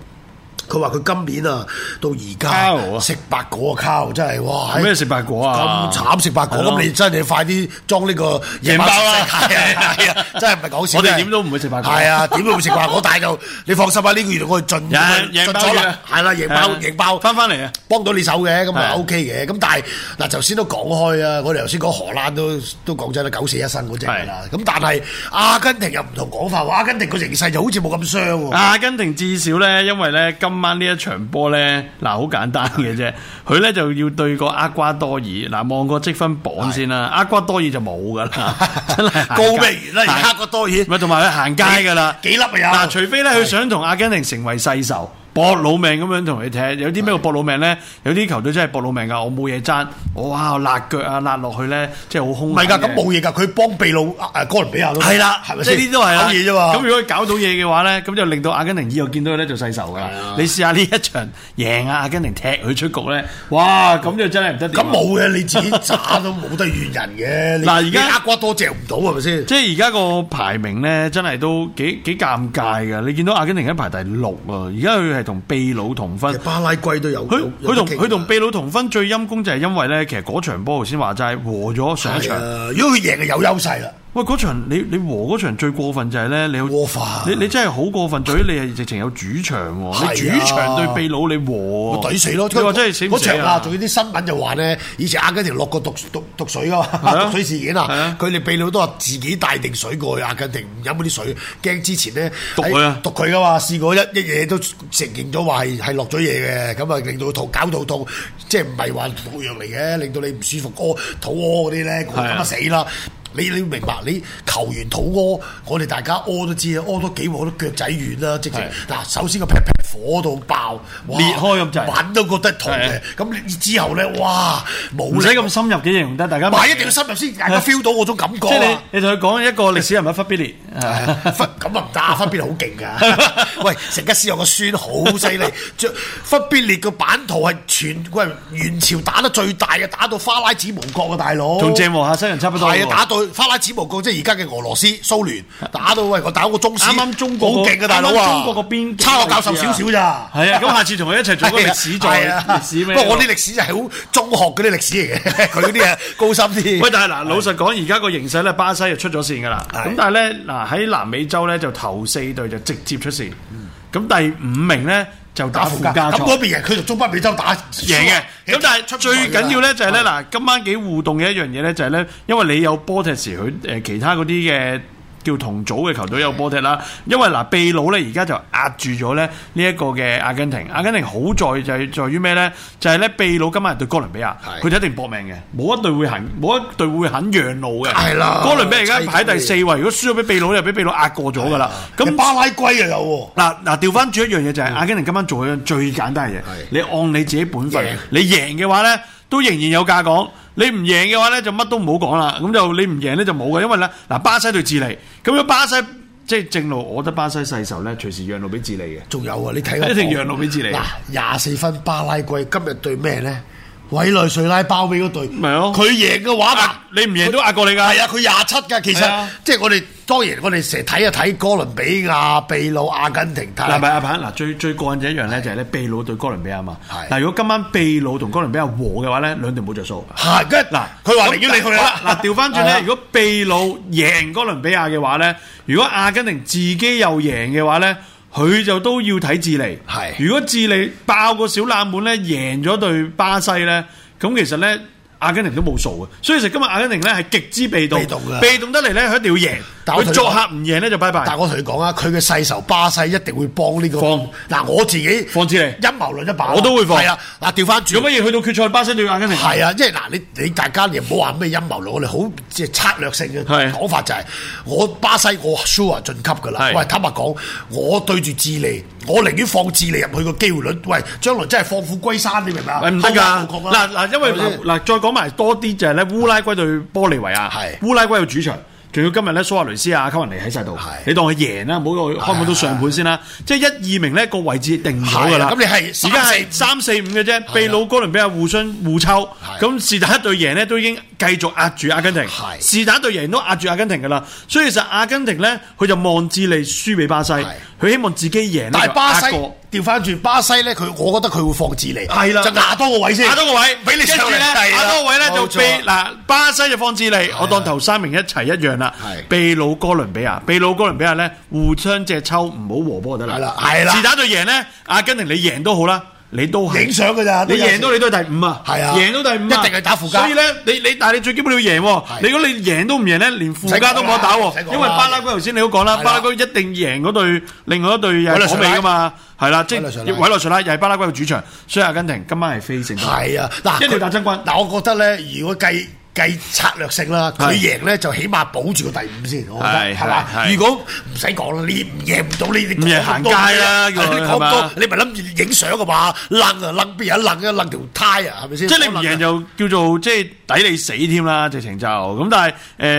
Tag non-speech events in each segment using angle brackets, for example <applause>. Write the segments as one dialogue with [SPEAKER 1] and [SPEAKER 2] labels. [SPEAKER 1] 佢話佢今年啊，到而
[SPEAKER 2] 烤
[SPEAKER 1] 家
[SPEAKER 2] 啊
[SPEAKER 1] 食白果啊，靠！真係哇，
[SPEAKER 2] 咩食白果啊
[SPEAKER 1] 咁慘食白果，
[SPEAKER 2] 係咯
[SPEAKER 1] 咁你真係快啲裝呢個
[SPEAKER 2] 贏包啦
[SPEAKER 1] 係啊係啊，真係唔係講笑。
[SPEAKER 2] 我哋
[SPEAKER 1] 真係
[SPEAKER 2] 點都唔會食白果
[SPEAKER 1] 係啊，點都唔會食白果，但係就你放心啊，呢個月我哋盡
[SPEAKER 2] 贏贏包
[SPEAKER 1] 盡咗
[SPEAKER 2] 嘅
[SPEAKER 1] 啦，係啦，贏包
[SPEAKER 2] 係
[SPEAKER 1] 贏包，
[SPEAKER 2] 返返嚟啊！
[SPEAKER 1] 幫到你手嘅，咁啊
[SPEAKER 2] 係
[SPEAKER 1] OK 嘅。咁但係嗱，頭先都講開啊，我哋頭先講荷蘭都都講真啦，九死一生嗰只㗎啦。咁但係阿根廷又唔同講法喎，阿根廷個形勢就好似冇咁傷喎。
[SPEAKER 2] 阿根廷至少咧，因為咧今晚呢一場波咧，嗱好簡單嘅啫，佢咧就要對個厄瓜多爾，嗱望個積分榜先啦，厄瓜多爾就冇噶啦，真係行街
[SPEAKER 1] 高咩完啦，而家個多爾
[SPEAKER 2] 咪同埋佢行街噶啦，
[SPEAKER 1] 幾幾粒啊有
[SPEAKER 2] 嗱，除非咧佢想同阿根廷成為世仇。搏老命咁樣同佢踢，有啲咩叫搏老命咧？有啲球隊真係搏老命噶，我冇嘢爭，我哇我辣腳啊，辣落去咧，即係好兇
[SPEAKER 1] 唔
[SPEAKER 2] 狠
[SPEAKER 1] 係
[SPEAKER 2] 嘅。
[SPEAKER 1] 㗎，咁冇嘢㗎，佢幫秘魯誒哥倫比亞都
[SPEAKER 2] 係啦，
[SPEAKER 1] 係咪
[SPEAKER 2] 即係
[SPEAKER 1] 先？
[SPEAKER 2] 呢啲都係啦
[SPEAKER 1] 講嘢啫嘛。
[SPEAKER 2] 咁如果佢搞到嘢嘅話咧，咁就令到阿根廷以後見到佢咧就世仇噶啦
[SPEAKER 1] 係啊。
[SPEAKER 2] 你試下呢一場贏啊，阿根廷踢佢出局咧，哇！咁就真係唔得掂。
[SPEAKER 1] 啊
[SPEAKER 2] 啊
[SPEAKER 1] 咁。冇嘅，你自己渣都冇得怨人嘅。
[SPEAKER 2] 嗱
[SPEAKER 1] 你
[SPEAKER 2] 而家
[SPEAKER 1] 你厄瓜多掟唔到係咪先？
[SPEAKER 2] 即係而家個排名咧，真係都幾幾尷尬㗎。你見到阿根廷一排第六啊，而家佢係同秘魯同分。
[SPEAKER 1] 巴拉圭都有
[SPEAKER 2] 佢
[SPEAKER 1] 有啊得
[SPEAKER 2] 佢同
[SPEAKER 1] 傾㗎
[SPEAKER 2] 佢同秘魯同分最陰公就係因為咧，其實嗰場波頭先話齋和咗上一
[SPEAKER 1] 係
[SPEAKER 2] 場。
[SPEAKER 1] 啊如果佢贏就有優勢啦。
[SPEAKER 2] 喂，嗰場你你和嗰場最過分就係咧，你有
[SPEAKER 1] 過分
[SPEAKER 2] 你你真係好過分，最你係直情有主場喎，你
[SPEAKER 1] 係啊
[SPEAKER 2] 主場對秘魯你和喎，
[SPEAKER 1] 咪抵死咯！
[SPEAKER 2] 你話真係死唔
[SPEAKER 1] 嗰
[SPEAKER 2] 死
[SPEAKER 1] 場
[SPEAKER 2] 啊？
[SPEAKER 1] 仲有啲新聞就話咧，以前阿根廷落過毒毒毒水噶嘛，
[SPEAKER 2] 啊
[SPEAKER 1] 毒水事件
[SPEAKER 2] 係
[SPEAKER 1] 啊
[SPEAKER 2] 啊，
[SPEAKER 1] 佢哋秘魯都話自己帶定水過去阿根廷，唔飲嗰啲水，驚之前咧
[SPEAKER 2] 毒佢啊
[SPEAKER 1] 喺毒佢噶嘛，試過一一嘢都承認咗話係係落咗嘢嘅，咁啊令到肚搞肚痛，即係唔係話毒藥嚟嘅，令到你唔舒服屙肚屙嗰啲咧，咁
[SPEAKER 2] 係啊
[SPEAKER 1] 啊死啦！你你要明白，你球員肚屙，我哋大家屙都知啊，屙多幾鑊都腳仔軟啦，直情嗱，首先個劈劈火到爆，哇
[SPEAKER 2] 裂開咁滯
[SPEAKER 1] 揾都覺得痛嘅
[SPEAKER 2] 係。
[SPEAKER 1] 咁你之後咧，哇，冇
[SPEAKER 2] 唔使咁深入嘅形容得，大家
[SPEAKER 1] 唔係一定要深入先，大家 feel 到嗰種感覺
[SPEAKER 2] 即係你
[SPEAKER 1] 啊！
[SPEAKER 2] 你同佢講一個歷史人物忽必烈，啊
[SPEAKER 1] 忽咁啊唔得
[SPEAKER 2] <laughs>
[SPEAKER 1] 啊，忽必烈好勁噶。喂，成吉思汗個孫好犀利，
[SPEAKER 2] <laughs>
[SPEAKER 1] 著忽必烈個版圖係全喂元朝打得最大嘅，打到花拉子無國啊，大佬。
[SPEAKER 2] 同鄭和下西洋差不多
[SPEAKER 1] 係啊，
[SPEAKER 2] 喎。
[SPEAKER 1] 打到花拉子無國，即係而家嘅俄羅斯、蘇聯，打到喂我打個中史，
[SPEAKER 2] 啱啱中國
[SPEAKER 1] 好
[SPEAKER 2] 個
[SPEAKER 1] 勁嘅大佬啊！
[SPEAKER 2] 啱啱中國個邊
[SPEAKER 1] 差我教授少少咋？
[SPEAKER 2] 係啊，咁下次同佢一齊
[SPEAKER 1] 哎
[SPEAKER 2] 做個歷史再
[SPEAKER 1] 係啊
[SPEAKER 2] 歷史咩？
[SPEAKER 1] 不過我啲歷史就係好中學嗰啲歷史嚟嘅， <laughs> 佢嗰啲啊高深啲。
[SPEAKER 2] 喂，但係嗱，老實講，而家個形勢咧，巴西就出咗線噶啦。
[SPEAKER 1] 係
[SPEAKER 2] 咁但係咧，嗱喺南美洲咧就頭四隊就直接出線，
[SPEAKER 1] 嗯
[SPEAKER 2] 咁第五名咧就打附加
[SPEAKER 1] 咁
[SPEAKER 2] 賽。
[SPEAKER 1] 嗰邊人佢就中北美洲打
[SPEAKER 2] 贏嘅。咁但係最緊要咧就係咧
[SPEAKER 1] 係
[SPEAKER 2] 嗱，今晚幾互動嘅一樣嘢咧就係咧，因為你有波踢時，佢誒其他嗰啲嘅。呃叫同組嘅球隊有波踢啦，因為嗱秘魯咧而家就壓住咗咧呢一個嘅阿根廷，阿根廷好在就係在於咩咧？就係咧秘魯今晚係對哥倫比亞，
[SPEAKER 1] 係
[SPEAKER 2] 佢哋一定搏命嘅，冇一隊會行，冇一隊會肯讓路嘅。
[SPEAKER 1] 係啦
[SPEAKER 2] 哥倫比亞而家排第四位，如果輸咗俾秘魯，就俾秘魯壓過咗噶啦。
[SPEAKER 1] 咁
[SPEAKER 2] 咁
[SPEAKER 1] 巴拉圭又有
[SPEAKER 2] 嗱嗱，調翻轉一樣嘢就係阿根廷今晚做一樣最簡單嘅嘢，你按你自己本分
[SPEAKER 1] 贏，
[SPEAKER 2] 你贏嘅話咧，都仍然有價講；你唔贏嘅話咧，就乜都唔好講啦。咁就你唔贏咧就冇嘅，因為咧嗱，巴西對智利，咁樣巴西即係正路，我覺得巴西細手咧，隨時讓路俾智利嘅。
[SPEAKER 1] 仲有啊！你睇下
[SPEAKER 2] 一定讓路俾智利
[SPEAKER 1] 嗱，廿四分巴拉圭今日對咩咧？委內瑞拉包尾嗰隊，
[SPEAKER 2] 咪咯
[SPEAKER 1] 佢贏嘅話嗱
[SPEAKER 2] 啊，你唔贏都壓過你㗎。
[SPEAKER 1] 係啊，佢廿七㗎。其
[SPEAKER 2] 係
[SPEAKER 1] 實
[SPEAKER 2] 啊
[SPEAKER 1] 即係我哋當然，我哋成日睇啊睇哥倫比亞、秘魯、阿根廷，睇
[SPEAKER 2] 嗱，咪
[SPEAKER 1] 下
[SPEAKER 2] 阿鵬嗱，最最過癮嘅一樣咧，就係咧秘魯對哥倫比亞嘛。
[SPEAKER 1] 係
[SPEAKER 2] 嗱，如果今晚秘魯同哥倫比亞和嘅話咧，兩隊冇着數。
[SPEAKER 1] 係跟嗱， <laughs> 佢話寧願你去啦。
[SPEAKER 2] 嗱，調翻轉
[SPEAKER 1] 係
[SPEAKER 2] 咧
[SPEAKER 1] 啊，
[SPEAKER 2] 如果秘魯贏哥倫比亞嘅話咧，如果阿根廷自己又贏嘅話咧，佢就都要睇智利。
[SPEAKER 1] 係
[SPEAKER 2] 如果智利爆個小冷門咧，贏咗對巴西咧，咁其實咧。阿根廷都冇數嘅，所以其實今日阿根廷咧係極之被動，
[SPEAKER 1] 被動㗎
[SPEAKER 2] 得嚟咧，佢一定要贏。
[SPEAKER 1] 但我
[SPEAKER 2] 佢
[SPEAKER 1] 同你
[SPEAKER 2] 作
[SPEAKER 1] 講
[SPEAKER 2] 客唔贏咧就拜拜。
[SPEAKER 1] 但係我同你講啊，佢嘅世仇巴西一定會幫呢個
[SPEAKER 2] 放
[SPEAKER 1] 嗱，我自己
[SPEAKER 2] 放智利
[SPEAKER 1] 陰謀論一把啦，
[SPEAKER 2] 我都會放
[SPEAKER 1] 係啊，嗱調翻轉
[SPEAKER 2] 做。乜嘢去到決賽，巴西對阿根廷？
[SPEAKER 1] 係啊，即係嗱，你你大家你唔好話咩陰謀論，我哋好即係策略性嘅
[SPEAKER 2] 係
[SPEAKER 1] 講法就係、我巴西我 sure 晉級㗎啦。
[SPEAKER 2] 係
[SPEAKER 1] 喂，坦白講，我對住智利，我寧願放智利入去個機會率，喂，將來真係放虎歸山，你明唔明啊？
[SPEAKER 2] 喂唔得㗎，
[SPEAKER 1] 好過啦
[SPEAKER 2] 嗱嗱，因為
[SPEAKER 1] 係咪先
[SPEAKER 2] 嗱再講埋多啲就係咧，烏拉圭對玻利維亞
[SPEAKER 1] 係，
[SPEAKER 2] 烏拉圭有主場，仲要今日咧蘇亞雷斯啊、卡文尼喺晒度
[SPEAKER 1] 係，
[SPEAKER 2] 你當佢贏啦，唔好開門到上盤先啦，即係一二名呢個位置定咗㗎
[SPEAKER 1] 係
[SPEAKER 2] 啦
[SPEAKER 1] 啊。咁你係
[SPEAKER 2] 而家
[SPEAKER 1] 三
[SPEAKER 2] 係
[SPEAKER 1] 四啊
[SPEAKER 2] 三四五嘅啫，秘魯哥倫比亞互相互抽，咁是但一隊贏呢都已經繼續壓住阿根廷，
[SPEAKER 1] 係
[SPEAKER 2] 是但一隊贏都壓住阿根廷㗎啦。所以其實阿根廷呢，佢就望智利輸俾巴西，佢希望自己贏呢
[SPEAKER 1] 但係
[SPEAKER 2] 就
[SPEAKER 1] 巴
[SPEAKER 2] 壓
[SPEAKER 1] 西
[SPEAKER 2] 過
[SPEAKER 1] 調翻轉，巴西咧佢，我覺得佢會放智利，
[SPEAKER 2] 係啦
[SPEAKER 1] 就壓多個位
[SPEAKER 2] <laughs>
[SPEAKER 1] 先，
[SPEAKER 2] 打多個位，
[SPEAKER 1] 俾你
[SPEAKER 2] 跟
[SPEAKER 1] 上
[SPEAKER 2] 住
[SPEAKER 1] 嚟
[SPEAKER 2] 咧，
[SPEAKER 1] 係啦
[SPEAKER 2] 打多個位咧就
[SPEAKER 1] 冇錯
[SPEAKER 2] 被嗱巴西就放智利，我當頭三名一齊一樣啦。
[SPEAKER 1] 係
[SPEAKER 2] 秘魯哥倫比亞，秘魯哥倫比亞咧互相隻抽，唔好和波就得啦。
[SPEAKER 1] 係啦係啦
[SPEAKER 2] 是打對贏咧，阿根廷你贏都好啦，你都係
[SPEAKER 1] 影相㗎咋，
[SPEAKER 2] 你
[SPEAKER 1] 都有時
[SPEAKER 2] 贏到你都係第五啊，
[SPEAKER 1] 係啊
[SPEAKER 2] 贏到第五啊
[SPEAKER 1] 一定係打附加
[SPEAKER 2] 所以咧，你你但係你最基本你要贏喎，
[SPEAKER 1] 係
[SPEAKER 2] 你如果你贏都唔贏咧，連附加都冇得打
[SPEAKER 1] 唔使講
[SPEAKER 2] 喎，
[SPEAKER 1] 啦
[SPEAKER 2] 因為巴拉圭頭先你都講啦，
[SPEAKER 1] 係啦
[SPEAKER 2] 巴拉圭一定贏嗰隊另外一隊又係
[SPEAKER 1] 委內
[SPEAKER 2] 港
[SPEAKER 1] 瑞
[SPEAKER 2] 美
[SPEAKER 1] 拉
[SPEAKER 2] 㗎嘛，係啦，即係
[SPEAKER 1] 委內瑞拉
[SPEAKER 2] 委內瑞拉又係巴拉圭嘅主場，所以阿根廷今晚係非勝不可。
[SPEAKER 1] 係啊，嗱，
[SPEAKER 2] 一定要打真軍
[SPEAKER 1] 佢嗱，我覺得咧，如果計計策略性啦，
[SPEAKER 2] 係
[SPEAKER 1] 佢贏咧就起碼保住個第五先，我覺
[SPEAKER 2] 係
[SPEAKER 1] 得係嘛
[SPEAKER 2] 係係？
[SPEAKER 1] 如果唔使講啦，你唔贏唔到呢啲，
[SPEAKER 2] 唔贏行街啦
[SPEAKER 1] 係
[SPEAKER 2] 叫
[SPEAKER 1] <laughs>
[SPEAKER 2] 佢
[SPEAKER 1] 你講咁多
[SPEAKER 2] 係嘛，
[SPEAKER 1] 你咪諗住影相嘅嘛？楞啊楞邊有一楞一楞條胎啊，係咪先？
[SPEAKER 2] 即係你唔贏就叫做即係抵你死添啦，直情就咁。但係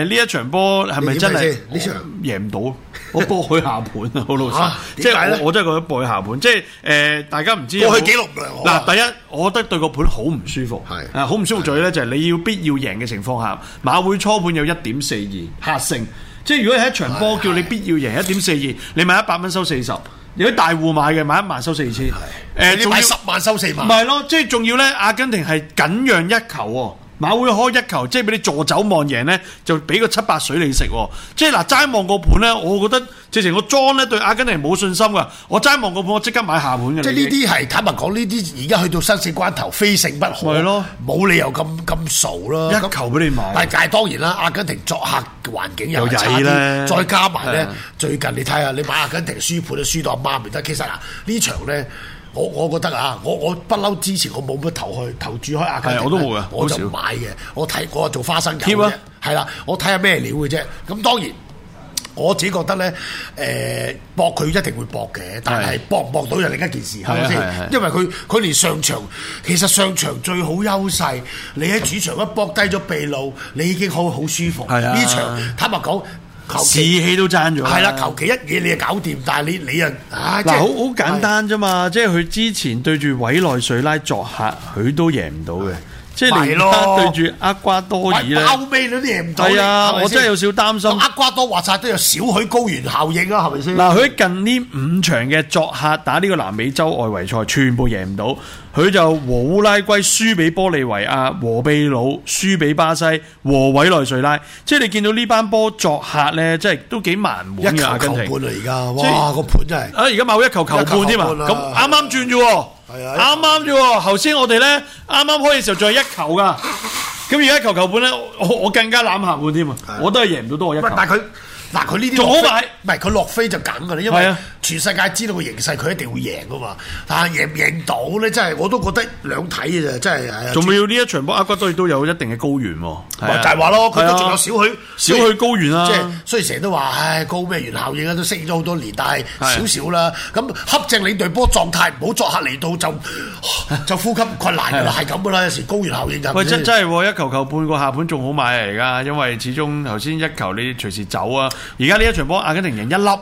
[SPEAKER 2] 誒呢一場波係咪真係
[SPEAKER 1] 你點睇先呢
[SPEAKER 2] 贏
[SPEAKER 1] <laughs>
[SPEAKER 2] 唔到？我波佢下盤啊，好老實
[SPEAKER 1] 嚇，
[SPEAKER 2] 即
[SPEAKER 1] 點解
[SPEAKER 2] 係
[SPEAKER 1] 咧
[SPEAKER 2] 我我真係覺得波佢下盤，即係誒大家唔知
[SPEAKER 1] 過去
[SPEAKER 2] 有
[SPEAKER 1] 記
[SPEAKER 2] 冇
[SPEAKER 1] 錄㗎我話
[SPEAKER 2] 嗱，第一我覺得對個盤好唔舒服，
[SPEAKER 1] 係
[SPEAKER 2] 啊好唔舒服在於咧就係你要必要贏嘅情況下，馬會初盤有一點四二客勝，即係如果係一場波
[SPEAKER 1] 係
[SPEAKER 2] 叫你必要贏一點四二，你買一百蚊收四十，如果大戶買嘅買一萬收四千，
[SPEAKER 1] 誒，
[SPEAKER 2] 誒
[SPEAKER 1] 你
[SPEAKER 2] 仲
[SPEAKER 1] 買
[SPEAKER 2] 要
[SPEAKER 1] 十萬收四
[SPEAKER 2] 唔
[SPEAKER 1] 萬，
[SPEAKER 2] 係咯，即係仲要咧，阿根廷係僅讓一球喎。馬會開一球，即係俾你助走望贏咧，就俾個七八水你食喎。即係嗱，齋望個盤咧，我覺得直情我莊咧對阿根廷冇信心噶。我齋望個盤，我即刻買下盤嘅。
[SPEAKER 1] 即係呢啲係坦白講，呢啲而家去到生死關頭，非勝不可。
[SPEAKER 2] 咪咯，
[SPEAKER 1] 冇理由咁咁傻啦。
[SPEAKER 2] 一球俾你買
[SPEAKER 1] 但係當然啦，阿根廷作客環境又
[SPEAKER 2] 又曳
[SPEAKER 1] 係差
[SPEAKER 2] 呢
[SPEAKER 1] 啲，再加埋
[SPEAKER 2] 係
[SPEAKER 1] 咧
[SPEAKER 2] 啊，
[SPEAKER 1] 最近你睇下，你買阿根廷輸盤都輸到阿媽唔得。其實嗱，呢場咧。我我覺得啊，我我不嬲之前我冇乜投去投注開阿根廷呢，
[SPEAKER 2] 係我都冇㗎
[SPEAKER 1] 我就
[SPEAKER 2] 好少
[SPEAKER 1] 唔買嘅。我睇我係做花生油
[SPEAKER 2] Keep 啊
[SPEAKER 1] 啫，係啦，我睇下咩料嘅啫。咁當然。我自己覺得咧，誒、搏佢一定會搏嘅，但係
[SPEAKER 2] 係
[SPEAKER 1] 搏唔搏到又另一件事，係咪
[SPEAKER 2] 係啊係啊
[SPEAKER 1] 先？因為佢佢連上場，其實上場最好優勢，你喺主場一搏低咗秘魯，你已經好好舒服。
[SPEAKER 2] 係啊
[SPEAKER 1] 呢場坦白講，求
[SPEAKER 2] 士
[SPEAKER 1] 其
[SPEAKER 2] 氣都爭咗。
[SPEAKER 1] 係啦，求其一嘢你就搞掂，但係你你啊，唉，即
[SPEAKER 2] 嗱，
[SPEAKER 1] 係
[SPEAKER 2] 好好簡。單啫嘛，即係佢之前對住委內瑞拉作客，佢都贏唔到嘅，即係連
[SPEAKER 1] 咪咯
[SPEAKER 2] 家對住厄瓜多爾
[SPEAKER 1] 喂
[SPEAKER 2] 咧，
[SPEAKER 1] 包尾都贏唔到你，
[SPEAKER 2] 係啊
[SPEAKER 1] 係咪
[SPEAKER 2] 我真係
[SPEAKER 1] 先
[SPEAKER 2] 有少擔心
[SPEAKER 1] 厄瓜多話晒都有少許高原效應啊，係咪先？
[SPEAKER 2] 嗱，佢近呢五場嘅作客打呢個南美洲外圍賽，全部贏唔到，佢就和烏拉圭輸俾玻利維亞，和秘魯輸俾巴西，和委內瑞拉。即係你見到呢班波作客呢，即係都幾蠻滿
[SPEAKER 1] 一
[SPEAKER 2] 嘅
[SPEAKER 1] 球
[SPEAKER 2] 阿
[SPEAKER 1] 球
[SPEAKER 2] 根
[SPEAKER 1] 半
[SPEAKER 2] 廷。
[SPEAKER 1] 啊！而家
[SPEAKER 2] 即係
[SPEAKER 1] 哇，個盤真係
[SPEAKER 2] 啊！而家某一球球半添啊，
[SPEAKER 1] 一球球半啊
[SPEAKER 2] 咁啱啱轉啫喎，
[SPEAKER 1] 係啊
[SPEAKER 2] 啱啱啫喎。頭先我哋咧啱啱開嘅時候仲係一球噶，咁而家一球球半咧，我我更加攬下半添啊！我都係贏唔到多我一
[SPEAKER 1] 唔
[SPEAKER 2] 球
[SPEAKER 1] 係，。但係佢嗱佢呢啲
[SPEAKER 2] 仲好
[SPEAKER 1] 落飛
[SPEAKER 2] 買
[SPEAKER 1] 唔係佢落飛就梗㗎啦，因
[SPEAKER 2] 係
[SPEAKER 1] 為
[SPEAKER 2] 啊
[SPEAKER 1] 全世界知道個形勢，佢一定會贏噶嘛。但係贏唔贏到咧，真係我都覺得兩睇嘅啫，真係係啊。
[SPEAKER 2] 仲要呢一場波，厄瓜多爾都有一定嘅高原喎，係啊
[SPEAKER 1] 咪就係話咯，佢
[SPEAKER 2] 係
[SPEAKER 1] 都
[SPEAKER 2] 啊
[SPEAKER 1] 仲有少許
[SPEAKER 2] 少許高原啊啦
[SPEAKER 1] 即係雖然成日都話，唉，高咩原效應啊，都適應咗好多年，但係
[SPEAKER 2] 係
[SPEAKER 1] 少少啦。咁恰正你隊波狀態唔好，作客嚟到就 <laughs> 就呼吸困難㗎啦，係咁㗎啦。有時高原效應㗎。
[SPEAKER 2] 啊喂，真真係喎，一球球半個下盤仲好買嚟噶，因為始終頭先一球你隨時走啊，而家呢一場波阿根廷贏一粒，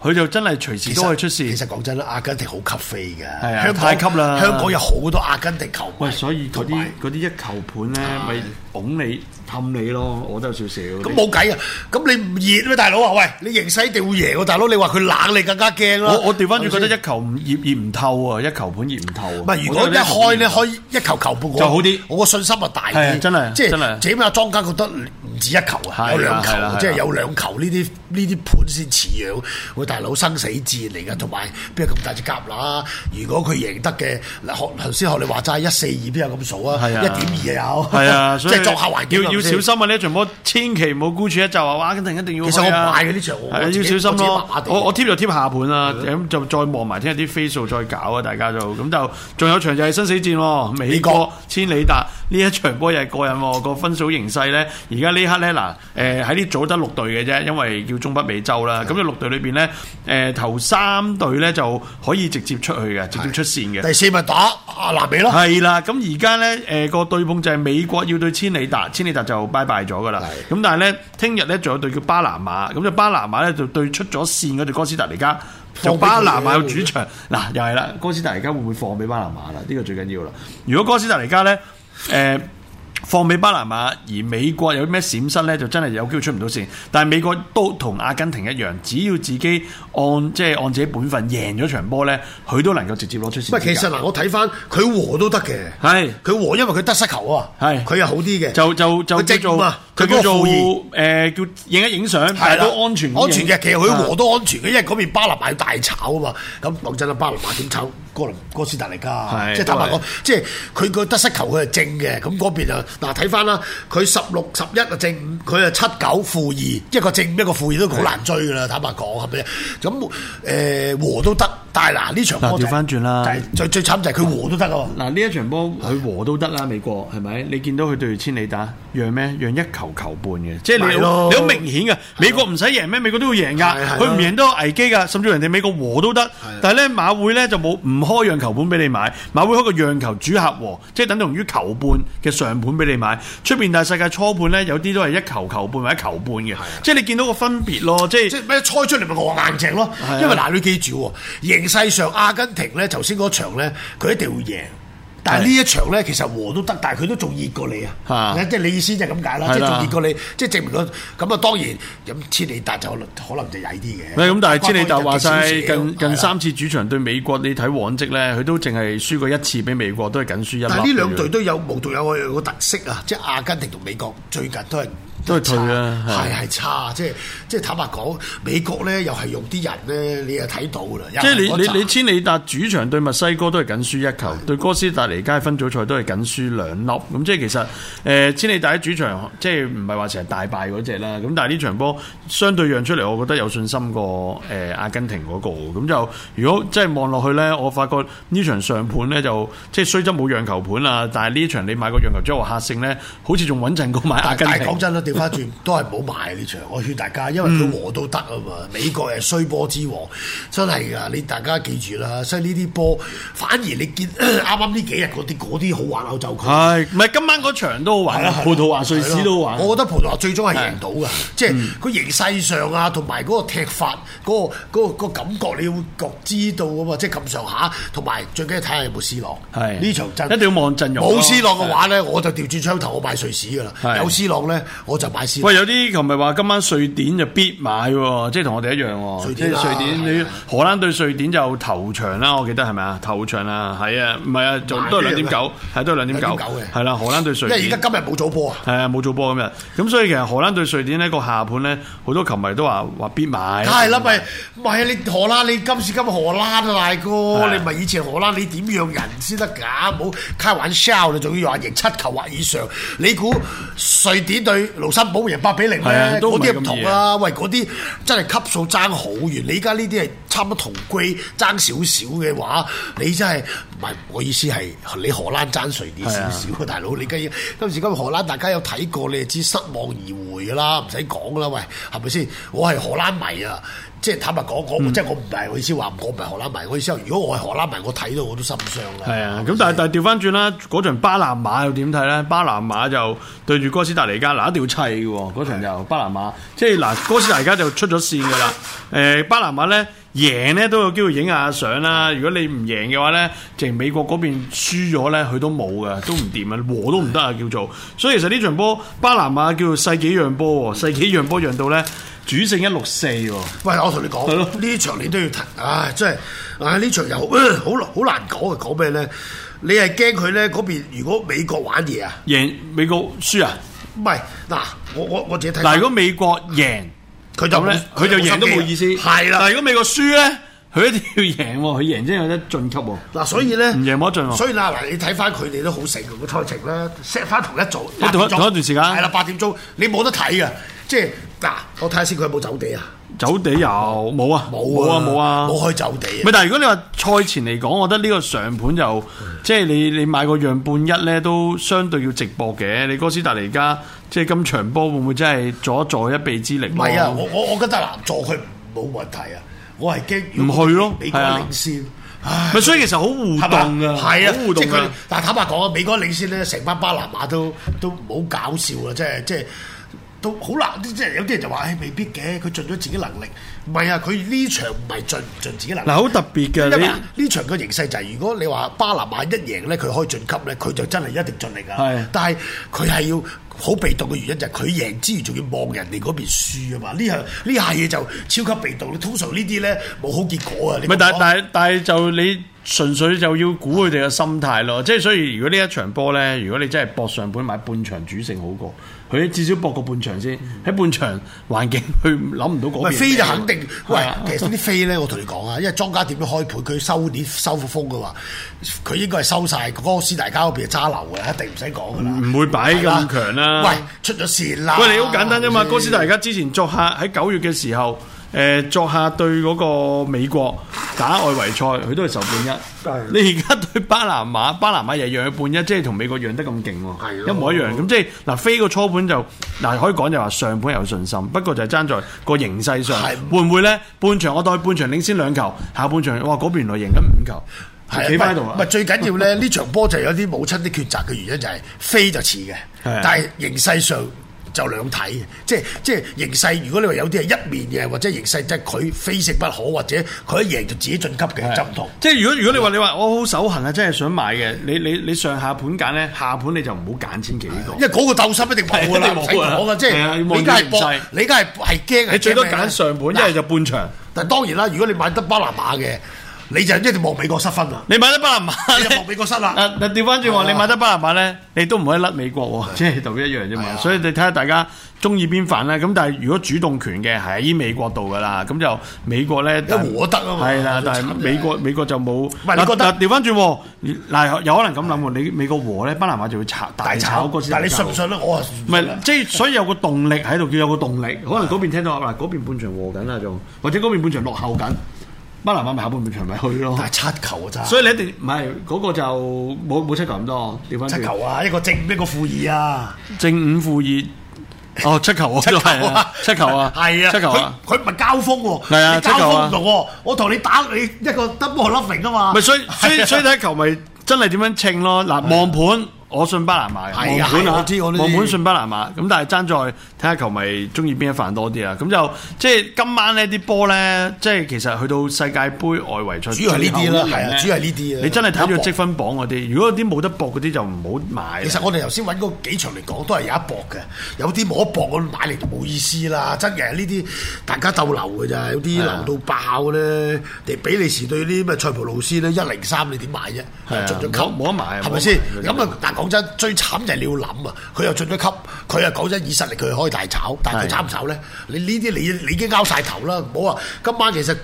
[SPEAKER 2] 佢就真係隨時都可以出
[SPEAKER 1] 其
[SPEAKER 2] 事。
[SPEAKER 1] 實講真啦，阿根廷好吸飛㗎，
[SPEAKER 2] 係啊
[SPEAKER 1] 香港
[SPEAKER 2] 太吸啦
[SPEAKER 1] 香港有好多阿根廷球迷。
[SPEAKER 2] 喂，所以嗰
[SPEAKER 1] 同
[SPEAKER 2] 啲
[SPEAKER 1] 埋
[SPEAKER 2] 嗰啲一球盤咧，咪拱你氹你咯，我都有少少。
[SPEAKER 1] 咁冇計啊！咁你唔熱咩，大佬啊？喂，你形勢一定會贏喎，大佬。你話佢冷，你更加驚啦。
[SPEAKER 2] 我我調翻轉覺
[SPEAKER 1] 係咪
[SPEAKER 2] 得
[SPEAKER 1] 先
[SPEAKER 2] 一球唔熱熱唔透啊，一球盤熱唔透啊。
[SPEAKER 1] 唔係，如果
[SPEAKER 2] 我
[SPEAKER 1] 一
[SPEAKER 2] 覺得
[SPEAKER 1] 開咧
[SPEAKER 2] 呢一球
[SPEAKER 1] 開一球球半，我
[SPEAKER 2] 就好啲
[SPEAKER 1] 我個信心啊大
[SPEAKER 2] 係啊
[SPEAKER 1] 啲，
[SPEAKER 2] 真係
[SPEAKER 1] 即係
[SPEAKER 2] 真係
[SPEAKER 1] 起碼莊家覺得唔止一球
[SPEAKER 2] 係啊
[SPEAKER 1] 啊，有兩球
[SPEAKER 2] 係啦係啦
[SPEAKER 1] 啊，即係有兩球呢啲呢啲盤先似樣。喂，大佬生死戰嚟㗎，同埋邊有咁大隻鴿乸？如果佢贏得嘅，嗱學頭先學你話齋一四二邊有咁數啊？一
[SPEAKER 2] 係啊
[SPEAKER 1] 點二又有，
[SPEAKER 2] 係啊，
[SPEAKER 1] <laughs> 即
[SPEAKER 2] 所以
[SPEAKER 1] 係作客環境
[SPEAKER 2] 要要
[SPEAKER 1] 係咪先
[SPEAKER 2] 小。心啊！呢一場波千祈唔好孤注一擲啊！哇，阿根廷一定要
[SPEAKER 1] 其實我
[SPEAKER 2] 去啊
[SPEAKER 1] 買嘅呢場我
[SPEAKER 2] 係啊
[SPEAKER 1] 我自己
[SPEAKER 2] 要小心
[SPEAKER 1] 我
[SPEAKER 2] 咯
[SPEAKER 1] 自己麻麻。地
[SPEAKER 2] 我我貼就貼下盤啦，咁就再望埋聽日啲飛數再搞啊！大家就咁就仲有場就係生死戰喎，美
[SPEAKER 1] 美
[SPEAKER 2] 國
[SPEAKER 1] 國
[SPEAKER 2] 千里達呢一場波又係過癮喎，個分數形勢咧，而家呢刻咧嗱，誒喺呢組得六隊嘅啫，因為叫中北美洲啦，咁就六隊裏邊咧，誒頭三隊咧就可以直接出去嘅，直接出線嘅。
[SPEAKER 1] 第四咪打啊南美咯。
[SPEAKER 2] <laughs> 係啦，咁而家咧，誒、個對碰就係美國要對千里達，千里達就拜拜咗噶啦。
[SPEAKER 1] 係
[SPEAKER 2] 咁但係咧，聽日咧仲有對叫巴拿馬，咁就巴拿馬咧就對出咗線嗰對哥斯達黎加。就
[SPEAKER 1] 放俾佢
[SPEAKER 2] 巴拿馬有
[SPEAKER 1] 會唔會
[SPEAKER 2] 主場，嗱又係啦，哥斯達黎加會唔會放俾巴拿馬啦？呢、個最緊要啦。如果哥斯達黎加咧，誒、放俾巴拿馬，而美國有啲咩閃失咧，就真係有機會出唔到線。但係美國都同阿根廷一樣，只要自己按即係按自己本分贏咗場波咧，佢都能夠直接攞出線資格。
[SPEAKER 1] 喂，其實嗱，我睇翻佢和都得嘅，
[SPEAKER 2] 係
[SPEAKER 1] 佢和，因為佢得失球啊，
[SPEAKER 2] 係
[SPEAKER 1] 佢又好啲嘅，
[SPEAKER 2] 就就就
[SPEAKER 1] 佢
[SPEAKER 2] 叫
[SPEAKER 1] 正
[SPEAKER 2] 做
[SPEAKER 1] 五啊佢
[SPEAKER 2] 佢叫
[SPEAKER 1] 嗰個
[SPEAKER 2] 做
[SPEAKER 1] 負二
[SPEAKER 2] 誒叫影一影相，但係
[SPEAKER 1] 啦
[SPEAKER 2] 都安全啊
[SPEAKER 1] 安全嘅。其實佢和
[SPEAKER 2] 都
[SPEAKER 1] 都安全嘅，因為嗰邊巴拿馬要大炒啊嘛。咁講真啦，巴拿馬點炒哥林哥斯達黎加？
[SPEAKER 2] 係
[SPEAKER 1] 即係坦白
[SPEAKER 2] 都係
[SPEAKER 1] 講，即係佢個得失球佢係正嘅，咁嗰邊啊嗱睇翻啦，佢十六十一啊正五，佢啊七九負二，一個正五一個負二都好難追噶啦。坦白講係咪？咁誒和都得，但係嗱呢場波
[SPEAKER 2] 嗱調翻轉啦
[SPEAKER 1] 就係最最慘就係佢和都得啊喎。
[SPEAKER 2] 嗱呢一場波佢和都得啦，美國係咪？你見到佢對千里打讓咩？讓一球球半嘅，即係你
[SPEAKER 1] 咪
[SPEAKER 2] 好
[SPEAKER 1] 咯
[SPEAKER 2] 你好明顯嘅。美國唔使贏咩？美國都要贏㗎
[SPEAKER 1] 係，係
[SPEAKER 2] 佢唔贏都有危機㗎，甚至人哋美國和都得。但係咧馬會咧就冇唔開讓球盤俾你買，馬會開個讓球主客和，即係等同於球半嘅上盤俾你買。出邊大世界初盤咧有啲都係一球球半或者球半嘅，即係你見到個分別咯，即係
[SPEAKER 1] 即係咩猜出嚟咪我硬淨咯
[SPEAKER 2] 啊。
[SPEAKER 1] 因為嗱，你記住喎，形勢上阿根廷咧，頭先嗰場咧，佢一定會贏。但係呢一場咧，其實和都得，但係佢都仲熱過你啊
[SPEAKER 2] 啊！
[SPEAKER 1] 即係你意思就係咁解啦，
[SPEAKER 2] 係
[SPEAKER 1] 即係
[SPEAKER 2] 啦
[SPEAKER 1] 仲熱過你，即係證明個咁啊。當然咁，千里達就可能可能就曳啲嘅。啊
[SPEAKER 2] 喂，咁但係知你就話晒
[SPEAKER 1] 關關
[SPEAKER 2] 近
[SPEAKER 1] 就少少
[SPEAKER 2] 近
[SPEAKER 1] 哎係啦
[SPEAKER 2] 三次主場對美國，你睇往績咧，佢都淨係輸過一次俾美國，都係僅輸一粒。
[SPEAKER 1] 但係呢兩隊都有無獨有偶有個特色啊！即係阿根廷同美國最近都係
[SPEAKER 2] 都係退啊係
[SPEAKER 1] 係係差，即係即係坦白講，美國咧又係用啲人咧，你又睇到㗎啦。又
[SPEAKER 2] 即係
[SPEAKER 1] 係嗰
[SPEAKER 2] 你你
[SPEAKER 1] 扎
[SPEAKER 2] 你千里達主場對墨西哥都係僅輸一球，對哥斯達黎加分組賽都係僅輸兩粒。咁即係其實誒、呃千里達喺主場即係唔係話成日大敗嗰只啦。咁但係呢場波相對讓出嚟，我覺得有信心過誒、呃阿根廷嗰、個。咁就如果即係望落去呢，我發覺呢場上盤呢，就即係雖則冇讓球盤啦，但係呢場你買個讓球將和客勝呢，好似仲穩陣過買阿
[SPEAKER 1] 但
[SPEAKER 2] 根
[SPEAKER 1] 但係
[SPEAKER 2] 廷
[SPEAKER 1] 講。真啦，調翻轉都係唔好買呢場。我勸大家，因為
[SPEAKER 2] 嗯
[SPEAKER 1] 佢和都得啊嘛。美國係衰波之王，真係啊㗎！你大家記住啦。所以呢啲波，反而你見 <clears throat> 啱啱呢幾日嗰啲嗰啲好玩歐洲區。
[SPEAKER 2] 係，唔係今晚嗰場都好玩啊，葡萄牙瑞士都好玩。嗯
[SPEAKER 1] 我覺得葡萄牙最終係贏到㗎，即係佢形勢上啊，同埋嗰個踢法，嗰、個嗰、個感覺你會覺知道啊嘛，即係咁上下，同埋最緊要睇下有冇 C 朗。
[SPEAKER 2] 係
[SPEAKER 1] 呢場真
[SPEAKER 2] 一定要望陣容咯
[SPEAKER 1] 冇 C 朗嘅話咧，我就調轉槍頭，我買瑞士㗎
[SPEAKER 2] 係
[SPEAKER 1] 啦。有 C 朗咧，我就買 C 朗
[SPEAKER 2] 喂，。有啲球迷話今晚瑞典就必買喎，即係同我哋一樣喎。
[SPEAKER 1] 瑞
[SPEAKER 2] 即係
[SPEAKER 1] 典啊
[SPEAKER 2] 瑞典，
[SPEAKER 1] 係
[SPEAKER 2] 你荷蘭對瑞典就頭場啦，我記得係咪啊？頭場啊，係啊，唔係啊，就
[SPEAKER 1] 買
[SPEAKER 2] 都係兩
[SPEAKER 1] 呢
[SPEAKER 2] 點
[SPEAKER 1] 樣
[SPEAKER 2] 九，係都係兩點九
[SPEAKER 1] 2.9嘅，
[SPEAKER 2] 係啦，荷蘭對
[SPEAKER 1] 因為
[SPEAKER 2] 瑞
[SPEAKER 1] 而
[SPEAKER 2] 典
[SPEAKER 1] 家。今日冇早波啊。
[SPEAKER 2] 係啊，冇做波今日，咁所以其實荷蘭對瑞典呢個下盤咧，好多球迷都話話必買。
[SPEAKER 1] 梗係啦，咪咪啊！你荷蘭，你今時今日荷蘭啊，大哥，
[SPEAKER 2] 係
[SPEAKER 1] 你咪以前荷蘭，你點讓人先得㗎？唔好開玩笑，你仲要話贏七球或以上，你估瑞典對盧森堡贏八比零
[SPEAKER 2] 係啊
[SPEAKER 1] 咧，
[SPEAKER 2] 都
[SPEAKER 1] 嗰
[SPEAKER 2] 唔係
[SPEAKER 1] 啲
[SPEAKER 2] 咁
[SPEAKER 1] 唔同啦。喂，嗰啲真係級數爭好遠。你而家呢啲係差唔多同歸爭少少嘅話，你真係唔係我意思係你荷蘭爭瑞典少少啊，大佬。你今今時今日荷蘭大家有睇過，你就知失望而回㗎啦，唔使講啦。喂，係咪先？我係荷蘭迷啊！即係坦白講，
[SPEAKER 2] 嗯
[SPEAKER 1] 我即係我唔係我意思話，我唔係荷蘭迷。我意思話，如果我係荷蘭迷，我睇到我都心傷啦。
[SPEAKER 2] 係啊，咁但係但係調翻轉啦，嗰場巴拿馬又點睇咧？巴拿馬就對住哥斯達黎加，嗱一定要砌嘅喎，嗰場就巴拿馬，即係嗱哥斯達黎加就出咗線嘅啦。誒、巴拿馬咧贏咧都有機會影下相啦。如果你唔贏嘅話咧，淨美國嗰邊輸咗咧，佢都冇嘅，都唔掂啊，和都唔得啊叫做。所以其實呢場波巴拿馬叫做世紀讓波喎，世紀讓波讓到咧主勝一六四喎。
[SPEAKER 1] 喂，我同你
[SPEAKER 2] 係咯
[SPEAKER 1] 講，呢場你都要睇，唉，真係，唉，呢場又 <clears throat> 好難好難講嘅，講咩咧？你係驚佢咧嗰邊？如果美國玩嘢啊，
[SPEAKER 2] 贏美國輸啊！
[SPEAKER 1] 唔係嗱，我我我自己睇
[SPEAKER 2] 嗱，
[SPEAKER 1] 返，
[SPEAKER 2] 如果美國贏。
[SPEAKER 1] 佢就
[SPEAKER 2] 咁
[SPEAKER 1] 冇
[SPEAKER 2] 咧，佢就贏都冇意思。
[SPEAKER 1] 係
[SPEAKER 2] 但係
[SPEAKER 1] 啦，
[SPEAKER 2] 如果美國輸咧，佢一定要贏喎，佢贏先有得晉級喎。
[SPEAKER 1] 嗱，所以咧，
[SPEAKER 2] 唔贏冇得進喎
[SPEAKER 1] 所以嗱嗱，你睇翻佢哋都好醒嘅個賽程啦，set 翻同一組，
[SPEAKER 2] 一同一同一段時間
[SPEAKER 1] 係啦，八點鐘，你冇得睇嘅，即係嗱，我睇下先佢有冇走地啊？
[SPEAKER 2] 走地又冇啊，冇啊，冇啊。
[SPEAKER 1] 冇開走地啊
[SPEAKER 2] 咪！但係如果你話賽前嚟講，我覺得呢個上盤就即係你你買個讓半一咧，都相對要直播嘅。你哥斯達黎加即係今場波會唔會真係助一助一臂之力？
[SPEAKER 1] 唔係啊，我我我覺得嗱，做佢冇問題啊，我係驚如果
[SPEAKER 2] 唔去咯
[SPEAKER 1] 美國
[SPEAKER 2] 係啊
[SPEAKER 1] 領先，唉
[SPEAKER 2] 咪所以其實好互動㗎，
[SPEAKER 1] 係啊
[SPEAKER 2] 好，互
[SPEAKER 1] 即
[SPEAKER 2] 動
[SPEAKER 1] 係佢
[SPEAKER 2] 㗎
[SPEAKER 1] 哋。。但係坦白講啊，美國領先咧，成班巴拿馬都都唔好搞笑啊啦，即係即係。都好難，即係有啲人就話：，誒未必嘅，佢盡咗自己能力。唔係啊，佢呢場唔係盡唔盡自己能力。
[SPEAKER 2] 嗱，好特別嘅
[SPEAKER 1] 因為
[SPEAKER 2] 你。
[SPEAKER 1] 呢場嘅形勢就係、如果你話巴拿馬一贏咧，佢可以晉級咧，佢就真係一定盡力
[SPEAKER 2] 係
[SPEAKER 1] 噶。但係佢係要好被動嘅原因就係佢贏之餘，仲要望人哋嗰邊輸啊嘛。呢下呢下嘢就超級被動。你通常呢啲咧冇好結果啊。你
[SPEAKER 2] 唔係，但
[SPEAKER 1] 講
[SPEAKER 2] 但但係就你純粹就要估佢哋嘅心態咯。即係所以，如果呢一場波咧，如果你真係搏上盤買半場主勝好過，佢至少搏個半場先。喺半場環境，佢諗唔到嗰
[SPEAKER 1] 喂
[SPEAKER 2] 邊。
[SPEAKER 1] 飛就肯定，
[SPEAKER 2] 係
[SPEAKER 1] 喂
[SPEAKER 2] 啊，
[SPEAKER 1] 其實啲飛咧，我同你講啊，因為莊家點樣開盤，佢收碟收風嘅話，佢應該係收晒哥斯大家嗰邊嘅揸流嘅，一定唔使講噶啦。
[SPEAKER 2] 唔會擺咁強啦
[SPEAKER 1] 喂，出咗線啦。嗯
[SPEAKER 2] 喂，你好簡單啫
[SPEAKER 1] 係咪
[SPEAKER 2] 嘛！
[SPEAKER 1] 先
[SPEAKER 2] 哥斯達黎加之前作客喺九月嘅時候，誒、呃作客對嗰個美國打外圍賽，佢都係受半
[SPEAKER 1] 係
[SPEAKER 2] 一。你而家對巴拿馬，巴拿馬又讓佢半一，即係同美國讓得咁勁
[SPEAKER 1] 係咯
[SPEAKER 2] 喎，一模一樣。咁即係嗱，飛個初盤就嗱，可以講就話上盤有信心，不過就係爭在個形勢上
[SPEAKER 1] 係，
[SPEAKER 2] 會唔會咧？半場我當佢半場領先兩球，下半場哇嗰邊原來贏緊五球，
[SPEAKER 1] 係啊
[SPEAKER 2] 企翻喺度啊
[SPEAKER 1] 唔係！最緊要
[SPEAKER 2] <laughs>
[SPEAKER 1] 咧，呢場波就有啲母親的抉擇嘅原因就係飛就似嘅，
[SPEAKER 2] 係啊
[SPEAKER 1] 但係形勢上就兩睇嘅，即係即係形勢。如果你話有啲係一面嘅，或者形勢即係佢非食不可，或者佢一贏就自己晉級嘅，就唔同。
[SPEAKER 2] 即係如果如果你話你話我好手痕啊，真係想買嘅，你你你上下盤揀咧，下盤你就唔好揀千祈呢個
[SPEAKER 1] 因。為嗰個鬥心一定冇㗎
[SPEAKER 2] 係一
[SPEAKER 1] 啦，
[SPEAKER 2] 定
[SPEAKER 1] 唔
[SPEAKER 2] <laughs> 冇
[SPEAKER 1] 使 <laughs>
[SPEAKER 2] 㗎啦
[SPEAKER 1] 講㗎，即
[SPEAKER 2] 係
[SPEAKER 1] 係
[SPEAKER 2] 啊要
[SPEAKER 1] 你
[SPEAKER 2] 望
[SPEAKER 1] 梗係
[SPEAKER 2] 住
[SPEAKER 1] 搏
[SPEAKER 2] 形勢，
[SPEAKER 1] 你梗係係驚。
[SPEAKER 2] 你最多
[SPEAKER 1] 係驚咩
[SPEAKER 2] 揀
[SPEAKER 1] 呢
[SPEAKER 2] 上盤，一係就半場。
[SPEAKER 1] 但係當然啦，如果你買得巴拿馬嘅，你就一定望美國失分啦，
[SPEAKER 2] 你買得巴拿馬
[SPEAKER 1] 你就
[SPEAKER 2] 咧
[SPEAKER 1] 望，美國失啦。
[SPEAKER 2] 啊嗱調翻轉
[SPEAKER 1] 係
[SPEAKER 2] 喎，
[SPEAKER 1] 啊
[SPEAKER 2] 你買得巴拿馬咧，你都唔可以甩美國喎，即係就一樣啫
[SPEAKER 1] 係
[SPEAKER 2] 嘛。
[SPEAKER 1] 啊
[SPEAKER 2] 所以你睇下大家中意邊範啦。咁但係如果主動權嘅係喺美國度噶啦，咁就美國咧，但
[SPEAKER 1] 和得啊嘛
[SPEAKER 2] 係啦，
[SPEAKER 1] 真
[SPEAKER 2] 但
[SPEAKER 1] 係
[SPEAKER 2] 係
[SPEAKER 1] 慘
[SPEAKER 2] 美國美國就冇。
[SPEAKER 1] 係你覺得
[SPEAKER 2] 嗱嗱調翻轉喎，嗱有可能咁諗喎，你美國和咧，巴拿馬就會炒大
[SPEAKER 1] 大
[SPEAKER 2] 炒
[SPEAKER 1] 炒
[SPEAKER 2] 哥斯，達
[SPEAKER 1] 但係你
[SPEAKER 2] 黎加
[SPEAKER 1] 信唔信咧？我係
[SPEAKER 2] 唔係，即係所以有個動力喺度，叫有個動力。可能嗰邊聽到嗱，嗰邊半場和緊啦，仲或者嗰邊半場落後緊，巴拿馬咪下半場咪去咯。
[SPEAKER 1] 但係七球啊咋。
[SPEAKER 2] 所以你一定唔係嗰個就冇冇七球咁多，調翻
[SPEAKER 1] 七
[SPEAKER 2] 轉
[SPEAKER 1] 球啊，一個正一個負二啊，
[SPEAKER 2] 正五負二，哦七球
[SPEAKER 1] <laughs>
[SPEAKER 2] 啊，都係啊，七球啊，
[SPEAKER 1] 係啊，
[SPEAKER 2] 七球啊。
[SPEAKER 1] 佢佢唔係交鋒喎，
[SPEAKER 2] 係啊
[SPEAKER 1] 你
[SPEAKER 2] 七球
[SPEAKER 1] 交
[SPEAKER 2] 啊
[SPEAKER 1] 鋒唔同喎，我同你打你一個 double nothing 啊嘛，
[SPEAKER 2] <laughs> 咪所以所
[SPEAKER 1] <laughs>
[SPEAKER 2] 以
[SPEAKER 1] 係啊啊
[SPEAKER 2] 所以睇球咪真係點樣稱咯？嗱，望盤我信巴拿馬嘅，
[SPEAKER 1] 係
[SPEAKER 2] 望
[SPEAKER 1] 啊
[SPEAKER 2] 盤
[SPEAKER 1] 係
[SPEAKER 2] 啊
[SPEAKER 1] 我知我都知
[SPEAKER 2] 望盤信巴拿馬。咁但係爭在睇下球迷中意邊一範多啲啦。啊咁就即係今晚呢啲波咧，即係其實去到世界盃外圍賽，
[SPEAKER 1] 主要係呢啲啦係啊主要係呢啲啊
[SPEAKER 2] 你真係睇咗積分榜嗰啲，如果啲冇得搏嗰啲就唔好買啦。
[SPEAKER 1] 其實我哋頭先揾嗰幾場嚟講，都係有一搏嘅，有啲冇一搏，我買嚟就冇意思啦。真嘅呢啲大家鬥流嘅咋，有啲
[SPEAKER 2] 啊
[SPEAKER 1] 流到爆咧。你比利時對啲咩塞浦路斯咧一零三，你點買啫？
[SPEAKER 2] 係啊
[SPEAKER 1] 進咗級
[SPEAKER 2] 冇冇得買
[SPEAKER 1] 係
[SPEAKER 2] 啊冇得
[SPEAKER 1] 咪先？
[SPEAKER 2] 買
[SPEAKER 1] 咁啊，但講真，最慘就係你要諗啊，佢又進咗級，佢啊講真以實力佢開大炒，但係佢
[SPEAKER 2] 係
[SPEAKER 1] 炒唔炒咧？你呢啲你你已經拗晒頭啦，唔好話今晚其實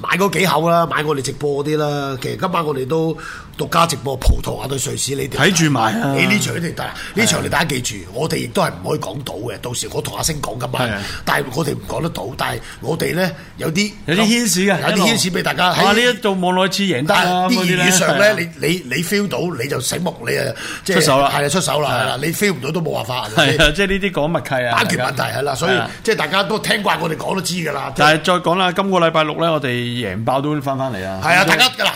[SPEAKER 1] 買嗰幾口啦，買我哋直播嗰啲啦，其實今晚我哋都獨家直播葡萄牙對瑞士，你哋
[SPEAKER 2] 睇住埋啊
[SPEAKER 1] 你呢場一定得啦，呢場你大家記住，我哋亦都係唔可以講到嘅，到時我同阿星講今
[SPEAKER 2] 係
[SPEAKER 1] 晚
[SPEAKER 2] 啊，
[SPEAKER 1] 但係我哋唔講得到，但係我哋咧有啲
[SPEAKER 2] 有啲牽使嘅，
[SPEAKER 1] 有啲牽使俾大家
[SPEAKER 2] 啊，呢
[SPEAKER 1] 喺
[SPEAKER 2] 一度望落似贏得啊
[SPEAKER 1] 但係
[SPEAKER 2] 嗰
[SPEAKER 1] 啲
[SPEAKER 2] 啲
[SPEAKER 1] 言
[SPEAKER 2] 咧
[SPEAKER 1] 語上
[SPEAKER 2] <laughs>
[SPEAKER 1] 咧，你你你 feel 到你就醒目，你啊即係
[SPEAKER 2] 出手啦
[SPEAKER 1] 係啊出手啦，
[SPEAKER 2] 係啊
[SPEAKER 1] 係啦，你 feel 唔到都冇辦法，係咪
[SPEAKER 2] 係
[SPEAKER 1] 先
[SPEAKER 2] 啊，即係呢啲講默契啊，
[SPEAKER 1] 版權
[SPEAKER 2] 大
[SPEAKER 1] 問
[SPEAKER 2] 家
[SPEAKER 1] 題係啦，所以
[SPEAKER 2] 係啊
[SPEAKER 1] 即係大家都聽慣我哋講都知㗎啦，即係
[SPEAKER 2] 但係再講啦，今個禮拜六咧，我哋贏爆都翻翻嚟啊！
[SPEAKER 1] 係啊，大家嗱。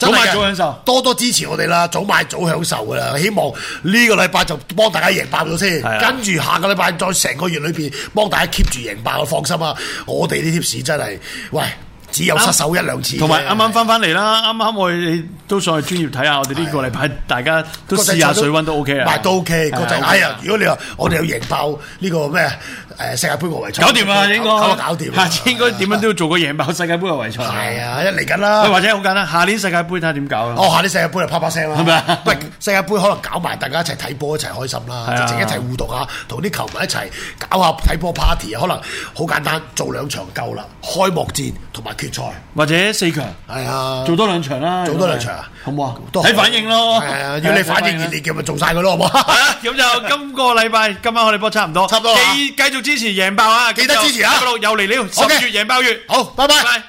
[SPEAKER 1] 真係
[SPEAKER 2] 早買
[SPEAKER 1] 嘅
[SPEAKER 2] 早享受
[SPEAKER 1] 多多支持我哋啦，早買早享受噶啦。希望呢個禮拜就幫大家贏爆咗先，
[SPEAKER 2] 係啊
[SPEAKER 1] 跟住下個禮拜再成個月裏邊幫大家 keep 住贏爆，放心啊！我哋呢 tips 真係，喂，只有失手一兩次啫。
[SPEAKER 2] 同埋啱啱翻翻嚟啦，啱啱我哋都上去專業睇下，我哋呢個禮拜大家都
[SPEAKER 1] 國際
[SPEAKER 2] 試下
[SPEAKER 1] 賽都
[SPEAKER 2] 水温都 OK 啊，
[SPEAKER 1] 唔係都 OK。
[SPEAKER 2] 係啊
[SPEAKER 1] 國際，
[SPEAKER 2] OK
[SPEAKER 1] 哎呀，如果你話我哋有贏爆呢個咩誒世界盃外圍賽，
[SPEAKER 2] 搞掂啊，應該
[SPEAKER 1] 搞搞掂啊，
[SPEAKER 2] 下 <laughs> 次應該點樣都要做個贏爆世界盃嘅圍賽。
[SPEAKER 1] 係啊，一嚟緊
[SPEAKER 2] 喂，
[SPEAKER 1] 啦。
[SPEAKER 2] 或者好簡單，下年世界盃睇下點搞啊！
[SPEAKER 1] 哦，下啲世界盃就啪啪聲啦，
[SPEAKER 2] 係咪啊
[SPEAKER 1] 喂，世界盃可能搞埋大家一齊睇波，一齊開心啦，
[SPEAKER 2] 係啊
[SPEAKER 1] 直情一齊互動下，同啲球迷一齊搞下睇波 party，可能好簡單，做兩場夠啦。開幕戰同埋決賽，
[SPEAKER 2] 或者四強
[SPEAKER 1] 係啊，
[SPEAKER 2] 做多兩場啦，
[SPEAKER 1] 做多兩場啊
[SPEAKER 2] 好唔好啊？
[SPEAKER 1] 都好
[SPEAKER 2] 睇反應咯，
[SPEAKER 1] 係啊，要你反應熱烈嘅咪做晒佢咯，好唔好？
[SPEAKER 2] <laughs> 咁就今個禮拜今晚我哋播差唔多，
[SPEAKER 1] 差唔多啦
[SPEAKER 2] 繼繼續支持贏爆啊！
[SPEAKER 1] 記得支持啊
[SPEAKER 2] 今個禮拜六又嚟了，
[SPEAKER 1] OK
[SPEAKER 2] 十月贏爆月，
[SPEAKER 1] 好，拜拜。
[SPEAKER 2] 拜拜。